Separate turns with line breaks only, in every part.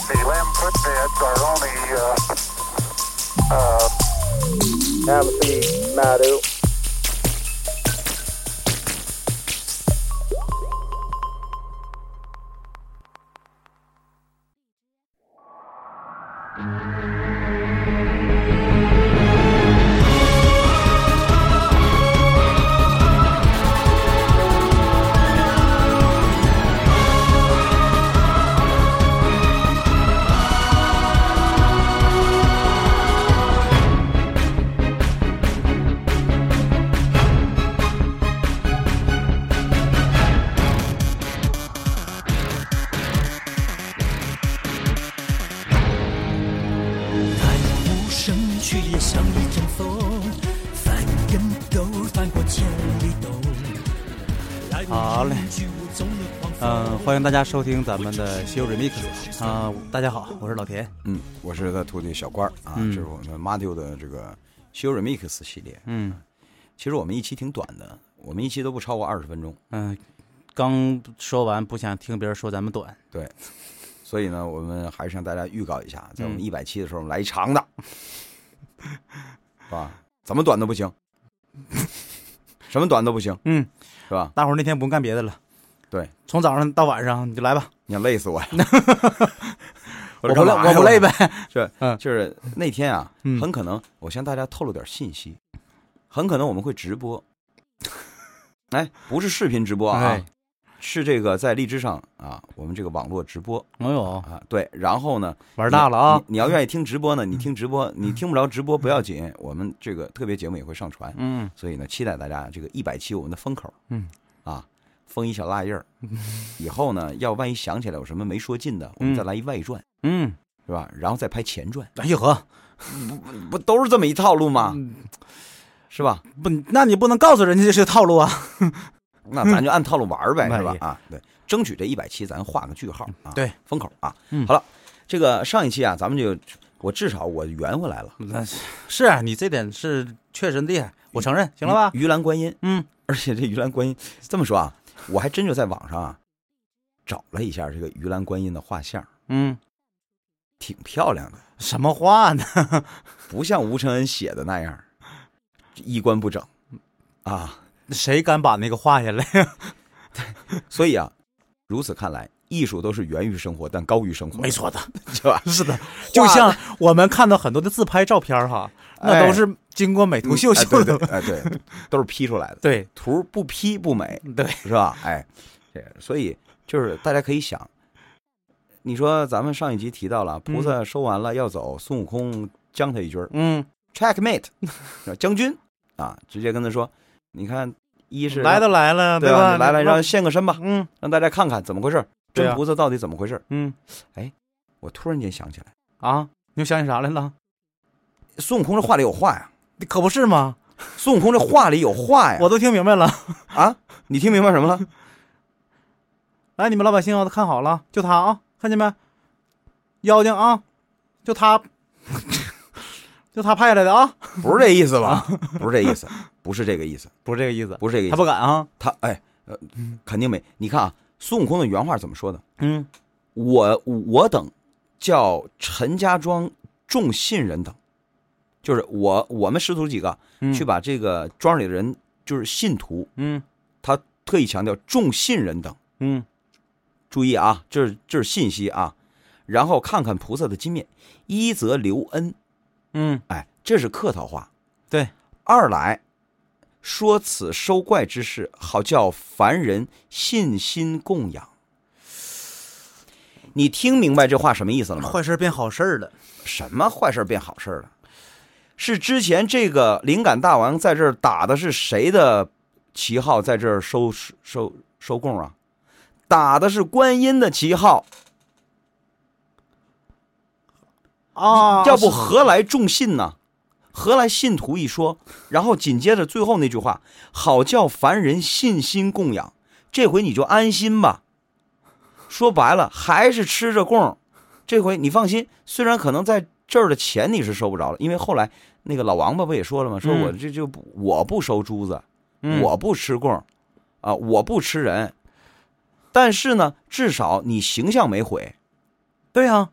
input bits are only, uh, uh,
Amity Madu.
太无声，却也像一阵风，翻跟斗，翻过千里洞。
好嘞，嗯，欢迎大家收听咱们的《西游 Remix》啊、大家好，我是老田。
嗯，我是他徒弟小官儿啊，这是我们 Matthew 的这个修 Remix 系列。
嗯
其实我们一期挺短的，我们一期都不超过二十分钟。
嗯、刚说完，不想听别人说咱们短。
对，所以呢，我们还是向大家预告一下，
嗯
在我们一百期的时候，我们来一长的， 是吧？怎么短都不行， 什么短都不行，
嗯，
是吧？
大伙儿那天不用干别的了，
对，
从早上到晚上你就来吧，
你想累死我 呀！
我
说
不累，
干嘛呀
我不累呗。
是
嗯，
就是那天啊，
嗯
很可能我向大家透露点信息，很可能我们会直播，哎，不是视频直播啊
哎，
是这个在荔枝上啊，我们这个网络直播
哎呦，
啊，对，然后呢，
玩大了啊！
你你要愿意听直播呢，你听直播，你听不着直播不要紧，我们这个特别节目也会上传，
嗯，
所以呢，期待大家这个一百期我们的风口，
嗯，
啊，封一小蜡印儿，以后呢，要万一想起来有什么没说尽的，我
嗯
们再来一外传，
嗯，
是吧？然后再拍前传。
哎呦呵，嗯
不都是这么一套路吗？是吧？
不，那你不能告诉人家这是套路啊。
那咱就按套路玩儿呗，
嗯
是吧
哎？
啊，对，争取这一百期咱画个句号啊，
对，
封口啊。
嗯
好了，这个上一期啊，咱们就我至少我圆回来了，
那是是啊，你这点是确实厉害，我承认，行了吧？
鱼篮观音，
嗯，
而且这鱼篮观音这么说啊，我还真就在网上啊找了一下这个鱼篮观音的画像，
嗯，
挺漂亮的，
什么话呢？
不像吴承恩写的那样衣冠不整啊。
谁敢把那个画下来呀？
所以啊，如此看来，艺术都是源于生活，但高于生活，
没错的，
是吧？
是的，就像我们看到很多的自拍照片儿哈，那
哎
都是经过美图秀
哎
秀的
对，对，哎对，都是 P 出来的，
嗯对
图不 P 不美，
对，
是 吧？哎，这所以就是大家可以想，你说咱们上一集提到了，菩萨收完了要走，孙悟空将他一军儿
嗯，
，checkmate，将 军啊，直接跟他说，你看，一是
来都啊来了，
对
吧？
你来
那
来，让献个身吧，
嗯
让大家看看怎么回事儿，
对
真
啊
菩萨到底怎么回事儿？哎
嗯
我突然间想起来，
啊，你又想起啥来了？
孙悟空这话里有话呀，
可不是吗？
孙悟空这话里有话呀，
我都听明白了。
啊，你听明白 什么了？
来，你们老百姓啊，都看好了，就他啊，看见没？妖精啊，就他， 就他派下来的啊，
不是这意思吧？不是这意思，不是这个意思，
不是这个意思，
不是这个意
他
思。
不敢啊。
他哎，呃，肯定没。你看啊，孙悟空的原话怎么说的？
嗯，
我我等叫陈家庄众信人等，就是我我们师徒几个、
嗯
去把这个庄里的人，就是信徒，
嗯
他特意强调众信人等。
嗯
注意啊，这是这是信息啊。然后看看菩萨的金面，一则留恩，
嗯，
哎，这是客套话。
对，
二来说此收怪之事，好叫凡人信心供养。你听明白这话什么意思了吗？
坏事变好事了。
什么坏事变好事了？是之前这个灵感大王在这儿打的是谁的旗号，在这儿收收收供啊？打的是观音的旗号，
啊，
要不何来众信呢？何来信徒一说？然后紧接着最后那句话：“好叫凡人信心供养。”这回你就安心吧。说白了，还是吃着供儿。这回你放心，虽然可能在这儿的钱你是收不着了，因为后来那个老王八不也说了吗？说我
嗯
这就不我不收珠子，
嗯
我不吃供儿，啊，我不吃人。但是呢，至少你形象没毁，
对呀、啊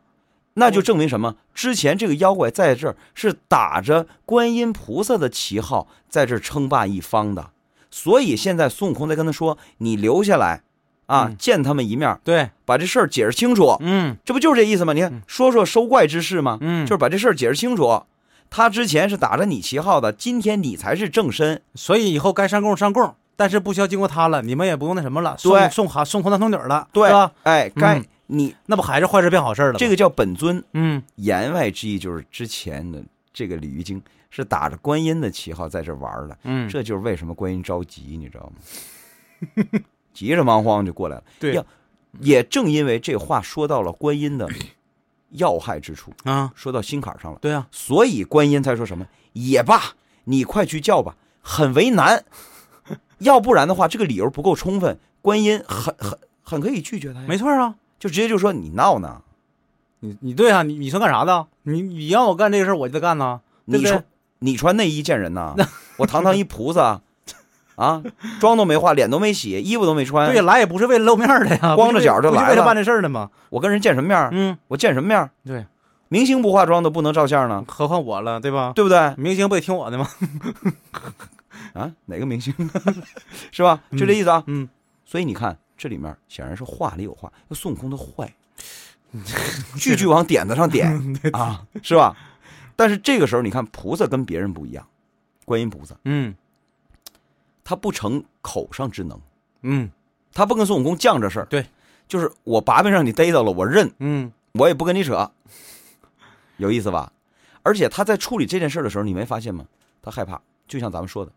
那就证明什么？之前这个妖怪在这儿是打着观音菩萨的旗号在这儿称霸一方的，所以现在孙悟空在跟他说：“你留下来，啊，
嗯
见他们一面，
对，
把这事儿解释清楚。
嗯
这不就是这意思吗？你看，说说收怪之事吗？
嗯，
就是把这事儿解释清楚。他之前是打着你旗号的，今天你才是正身。
所以以后该上供上供，但是不需要经过他了，你们也不用那什么了，
对
送送孩送童男童女了，
对
是吧？，
哎，该
嗯
你
那不还是坏事变好事了吗？
这
个，
个叫本尊。
嗯，
言外之意就是之前的这个鲤鱼精是打着观音的旗号在这玩儿的，
嗯
这就是为什么观音着急，你知道吗？ 急着忙慌就过来了。
对
要也正因为这话说到了观音的 要害之处，
啊，
说到心坎儿上了，
对啊呀、
所以观音才说什么也罢，你快去叫吧，很为难。 要不然的话，这个理由不够充分，观音很很很可以拒绝他呀，
没错啊，
就直接就说你闹呢，
你你对啊，你你算干啥的？你你让我干这个事儿，我就得干呢。对
你
不对
穿你穿内衣见人呐？我堂堂一菩萨 啊，妆都没化，脸都没洗，衣服都没穿，
对，来也不是为了露面儿的呀，
光着脚就
不是
来
为了
了
办这事儿的嘛。
我跟人见什么面儿？
嗯，
我见什么面儿？
对，
明星不化妆都不能照相呢，
何况嗯我了，对吧？
对不对？
明星不得听我的吗？
啊，哪个明星 是吧？就这意思啊。
嗯，
所以你看，这里面显然是话里有话，孙悟空 他坏，句句往点子上点啊，是吧？但是这个时候，你看菩萨跟别人不一样，观音菩萨
嗯
他不逞口上之能。
嗯
他不跟孙悟空犟这事儿。
对，
就是我把柄让你逮到了，我认，
嗯，
我也不跟你扯，有意思吧？而且他在处理这件事儿的时候，你没发现吗？他害怕，就像咱们说的，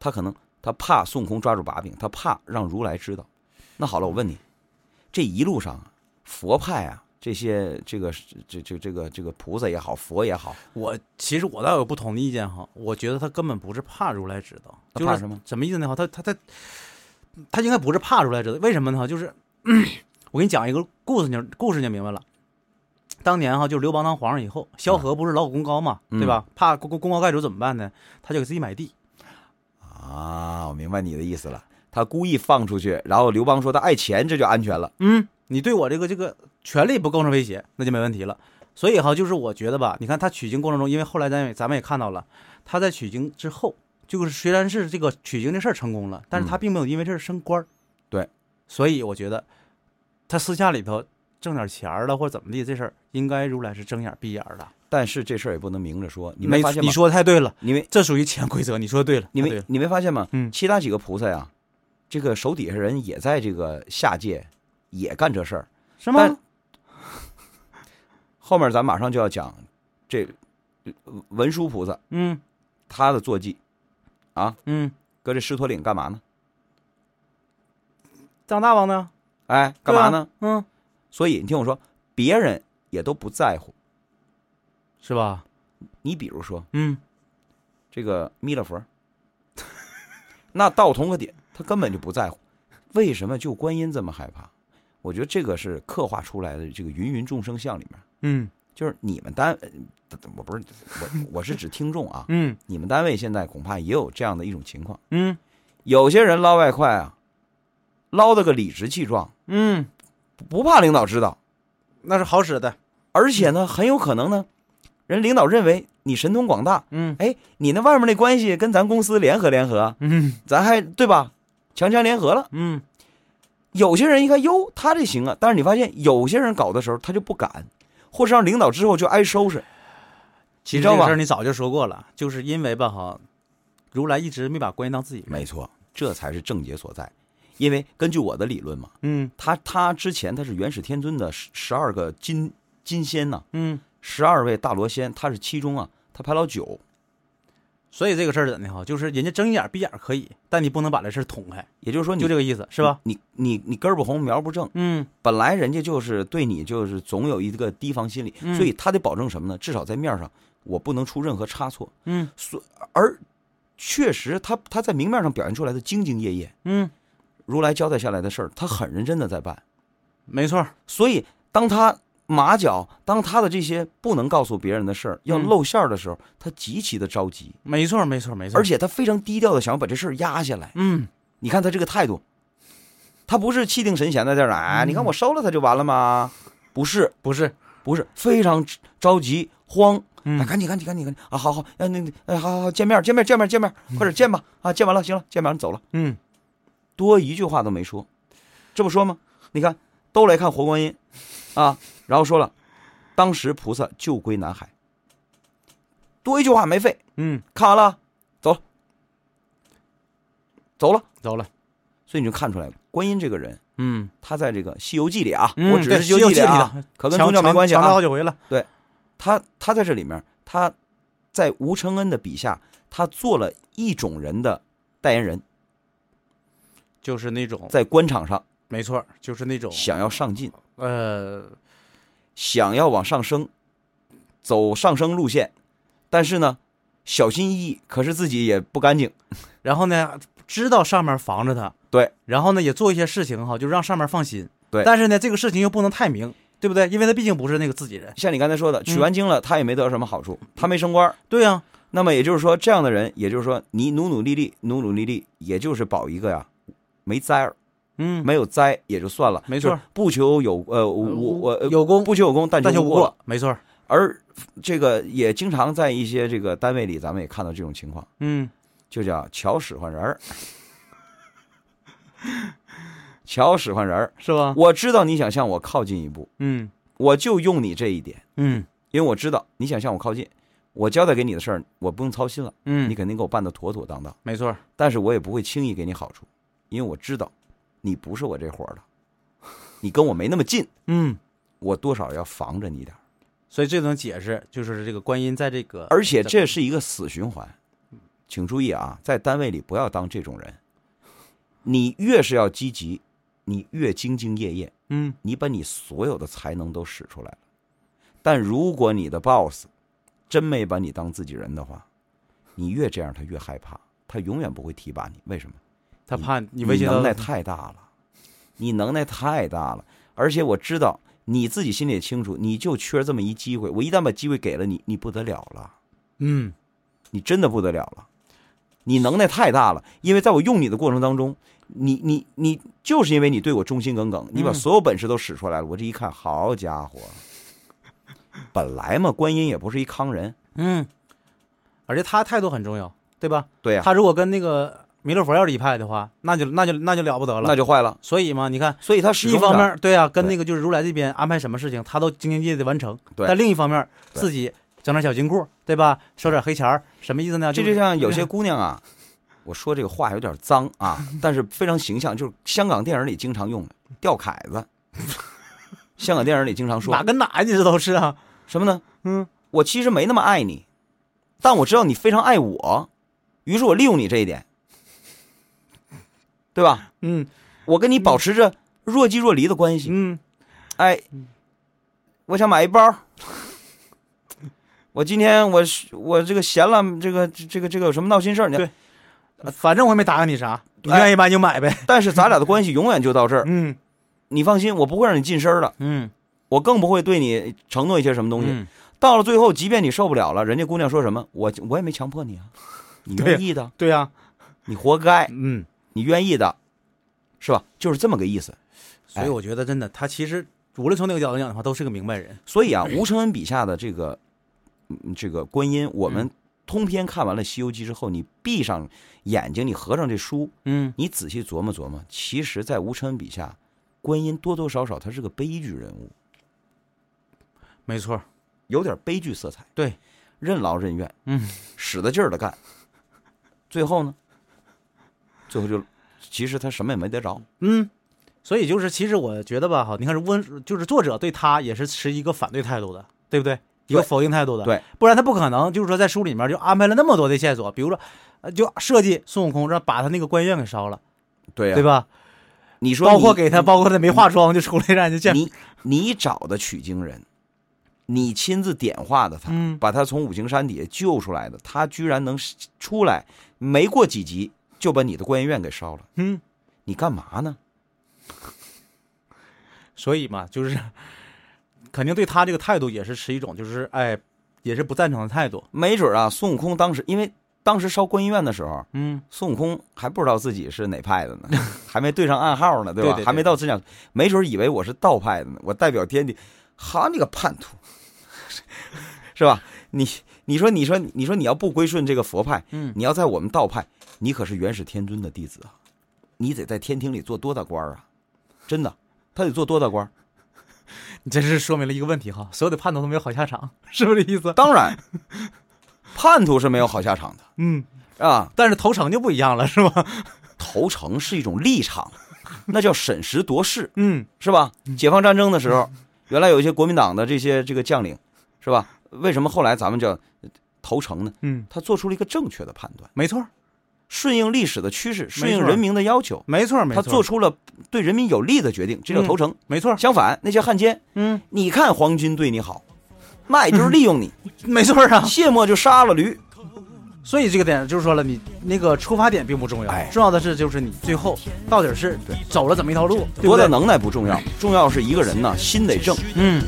他可能他怕孙悟空抓住把柄，他怕让如来知道。那好了，我问你，这一路上啊，佛派啊，这些这个这这这个这个菩萨也好，佛也好，
我其实我倒有不同的意见哈，我觉得他根本不是怕如来知道，
他
就
怕
是
什么？
什么意思呢？哈，他他他他应该不是怕如来知道，为什么呢？哈，就是 我给你讲一个故事，你就故事你就明白了。当年哈，就是刘邦当皇上以后，萧何不是劳苦功高嘛，
嗯
对吧？怕功功功高盖主怎么办呢？他就给自己买地。
啊，我明白你的意思了。他故意放出去，然后刘邦说他爱钱，这就安全了。
嗯，你对我这个这个权利不构成威胁，那就没问题了。所以哈，就是我觉得吧，你看他取经过程中，因为后来咱也咱们也看到了，他在取经之后，就是虽然是这个取经这事儿成功了，但是他并没有因为这事儿升官儿、
嗯对，
所以我觉得他私下里头挣点钱儿了或者怎么地，这事儿应该如来是睁眼闭眼儿的。
但是这事儿也不能明着说，你
没
没发现吗？
你说的太对了，
你没
这属于潜规则。你说的对了，
你
啊太对
没
了
你没发现吗？
嗯
其他几个菩萨呀，这个手底下人也在这个下界也干这事儿。
是
但
吗？
后面咱马上就要讲这呃文殊菩萨
嗯
他的坐骑，啊
嗯，
搁这狮驼岭干嘛呢？
张大王呢？
哎，干嘛呢？
嗯，
所以你听我说，别人也都不在乎。
是吧？
你比如说
嗯，
这个弥勒佛，那道同个点，他根本就不在乎。为什么就观音这么害怕？我觉得这个是刻画出来的这个芸芸众生相里面。
嗯。
就是你们单，呃我不是我，我是指听众啊
嗯
你们单位现在恐怕也有这样的一种情况，
嗯
有些人捞外快啊，捞得个理直气壮，
嗯，
不不怕领导知道，
那是好使的。
而且呢，很有可能呢，人领导认为你神通广大，
嗯
哎，你那外面那关系跟咱公司联合联合，
嗯
咱还对吧？强强联合了。
嗯，
有些人一看，哟，他这行啊，但是你发现有些人搞的时候，他就不敢，或是让领导之后就挨收拾。
其实
你知
这
道
个事
吧
儿你早就说过了，就是因为吧哈，如来一直没把观音当自己人。
没错，这才是症结所在。因为根据我的理论嘛，
嗯
他他之前他是元始天尊的十十二个金金仙呐、
嗯，
十二位大罗仙，他是其中啊，他排老九，
所以这个事儿怎的哈，就是人家睁眼闭眼可以，但你不能把这事儿捅开，
也就是说你
就这个意思是吧？？
你你你根儿不红苗儿不正，
嗯
本来人家就是对你就是总有一个提防心理，
嗯
所以他得保证什么呢？至少在面儿上我不能出任何差错。
嗯
所而确实他他在明面上表现出来的兢兢业业，
嗯，
如来交代下来的事儿，他很认真的在办。
没错儿。
所以，当他马脚，当他的这些不能告诉别人的事儿要
嗯
露馅儿的时候，他极其的着急，
没错儿，没错儿，没错儿。
而，且他非常低调的想要把这事儿压下来。
嗯，
你看他这个态度，嗯他不是气定神闲的在那儿，哎，你看我收了他就完了吗？不是，
不是，
不是非常着急慌，
嗯
啊，赶紧赶紧赶紧赶紧啊！好好，哎那哎好好好见面见面见面见面，快点见吧啊！见完了行了，见完了走了，
嗯，
多一句话都没说，这不说吗？你看都来看活观音，啊，然后说了，当时菩萨就归南海，多一句话没费，
嗯，
看完了，走了，走了，
走了，
所以你就看出来观音这个人，
嗯，
他在这个《西游记》里啊，
嗯
我只
对
是《西
西游
记》
记
里啊，
里的
可跟
强
宗教没
强
关系
强大
啊
好。几回了，
他他在这里面，他在吴承恩的笔下，他做了一种人的代言人，
就是那种，
在官场上
没错，就是那种，
想要上进，
呃，
想要往上升，走上升路线，但是呢，小心翼翼，可是自己也不干净。
然后呢，知道上面防着他，
对，
然后呢也做一些事情哈，就让上面放心，
对
但是呢，这个事情又不能太明，对不对？因为他毕竟不是那个自己人，
像你刚才说的，取完经了，他也没得到什么好处，他没升官儿。
对呀、
那么也就是说，这样的人，也就是说，你努努力力，努努力力，也就是保一个呀，没灾儿，
嗯，
没有灾也就算了，
没错
就是不求有呃我
无
我呃
有功
不求有功，但
但
求
求
无
无
过
过。，没错，
而这个也经常在一些这个单位里，咱们也看到这种情况，
嗯，
就叫巧使唤 人儿。巧使唤人儿，
是吧？
我知道你想向我靠近一步，
嗯
我就用你这一点，
嗯
因为我知道你想向我靠近，我交代给你的事儿，我不用操心了，
嗯，
你肯定给我办的妥妥当当，
没错，
但是我也不会轻易给你好处，因为我知道你不是我这伙儿的，你跟我没那么近，
嗯，
我多少要防着你点儿，
所以这种解释就是这个观音在这个，
而且这是一个死循环，请注意啊，在单位里不要当这种人，你越是要积极，你越兢兢业业，
嗯
你把你所有的才能都使出来了，但如果你的 boss 真没把你当自己人的话，你越这样他越害怕，他永远不会提拔你，为什么？
他怕你
你
威胁到
能耐
他
太大了，你能耐太大了，而且我知道你自己心里也清楚，你就缺这么一机会，我一旦把机会给了你，你不得了了。
嗯，
你真的不得了了，你能耐太大了。因为在我用你的过程当中，你你你就是因为你对我忠心耿耿，你把
嗯
所有本事都使出来了。我这一看，好家伙，本来嘛，观音也不是一康人，
嗯，而且他态度很重要，对吧？
对呀、
他如果跟那个弥勒佛要是一派的话，那就那就那就了不得了。
那就坏了。
所以嘛，你看，
所以他始
一
终
方
上
面对啊，跟
对
那个就是如来这边安排什么事情，他都兢兢业业的完成；
对
但另一方面，
对
自己整点小金库，对吧？收点黑钱儿，什么意思呢？
这
啊是
就像有些姑娘啊，我说这个话有点脏 啊，但是非常形象，就是香港电影里经常用的吊凯子。 香港电影里经常说
哪跟哪呀？你这都是啊，
什么呢？
嗯，
我其实没那么爱你，但我知道你非常爱我，于是我利用你这一点，对吧？
嗯
我跟你保持着若即若离的关系。
嗯
哎，我想买一包， 我今天我是我这个闲了，这个这个这个有什么闹心事儿呢？
对反正我也没答应你啥，你
哎
愿意买你就买呗。
但是咱俩的关系永远就到这儿，
嗯
你放心，我不会让你近身儿的，
嗯，
我更不会对你承诺一些什么东西。
嗯
到了最后，即便你受不了了，人家姑娘说什么，我我也没强迫 你啊，你
对呀啊
愿意的，
对呀，
你活该，
嗯。
你愿意的，是吧？就是这么个意思。
所以
哎
我觉得真的，他其实无论从哪个角度讲的话，都是个明白人。
所以 啊，吴承恩笔下的这个，嗯这个观音，我们
嗯
通篇看完了《西游记》之后，你闭上眼睛，你合上这书，
嗯，
你仔细琢磨琢磨，其实，在吴承恩笔下，观音多多少少他是个悲剧人物，
没错儿。
有点悲剧色彩。
对，
任劳任怨，
嗯，
使得劲儿的干，最后呢，最后就其实他什么也没得着。
嗯，所以就是，其实我觉得吧，哈，你看是温，就是作者对他也是持一个反对态度的，对不对？一个否定态度的，
对，
不然他不可能就是说在书里面就安排了那么多的线索，比如说，呃就设计孙悟空让把他那个官院给烧了，
对呀、
对吧？
你说
包
你
括给他，包括他没化妆就出来让人家见，
你你找的取经人，你亲自点化的他，
嗯
把他从五行山底下救出来的，他居然能出来，没过几集就把你的观音院给烧了，
嗯，
你干嘛呢？
所以嘛，就是肯定对他这个态度也是持一种就是哎，也是不赞成的态度，
没准啊，孙悟空当时因为当时烧观音院的时候，
嗯
孙悟空还不知道自己是哪派的 呢，还没对上暗号呢，对吧？
对对对
还没到这样，没准以为我是道派的呢，我代表天地。好你个叛徒， 是吧？你你说你说你说你要不归顺这个佛派，
嗯
你要在我们道派，你可是元始天尊的弟子啊，你得在天庭里做多大官儿啊？真的，他得做多大官 儿？
你 这是说明了一个问题哈，所有的叛徒都没有好下场， 是不是这意思？
当然，叛徒是没有好下场
嗯，
的啊。
但是投诚就不一样了，是吧？
投诚是一种立场，那叫审时度势，
嗯，
是吧？解放战争的时候，原来有一些国民党的这些这个将领，是吧？为什么后来咱们叫呃投诚呢？
嗯，
他做出了一个正确的判断，
没错儿，
顺应历史的趋势，顺
没
应
错
人民的要求，
没错儿，没嗯
他
错儿，
做出了对人民有利的决定，这叫投诚。
没错儿，
相反，那些汉奸，
嗯，
你看皇军对你好，那也就是利用你，
没错 儿啊。
卸磨就杀了驴。
所以这个点就是说了，你那个出发点并不重要，
哎
重要的是就是你最后到底是走了怎么一条路，对不
多大
对？
能耐不重要，重要是一个人呢，心得正，
嗯，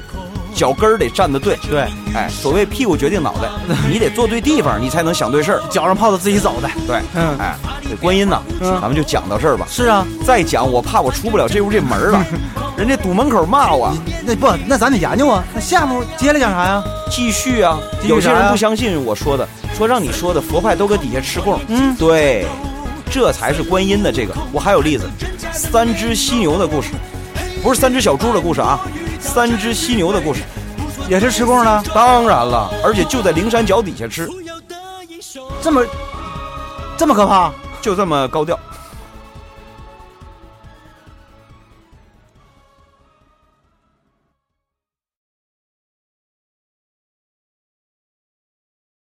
脚跟儿得站得对。
对，
哎，所谓屁股决定脑袋，你得坐对地方，你才能想对事儿。
脚上泡子自己走的，
对，
嗯
哎，这观音呢，
嗯
咱们就讲到这儿吧。
是啊，
再讲，我怕我出不了这屋这门儿 了，人家堵门口骂我。
那不那咱得研究啊，那下步接下来讲啥呀？
继续啊，
继续
有些
啥
人
呀
不相信我说的，说让你说的佛派都搁底下吃供。
嗯
对，这才是观音的这个。我还有例子，三只犀牛的故事，不是三只小猪的故事啊，三只犀牛的故事。
也是吃供呢，
当然了，而且就在灵山脚底下吃，
这么这么可怕？
就这么高调。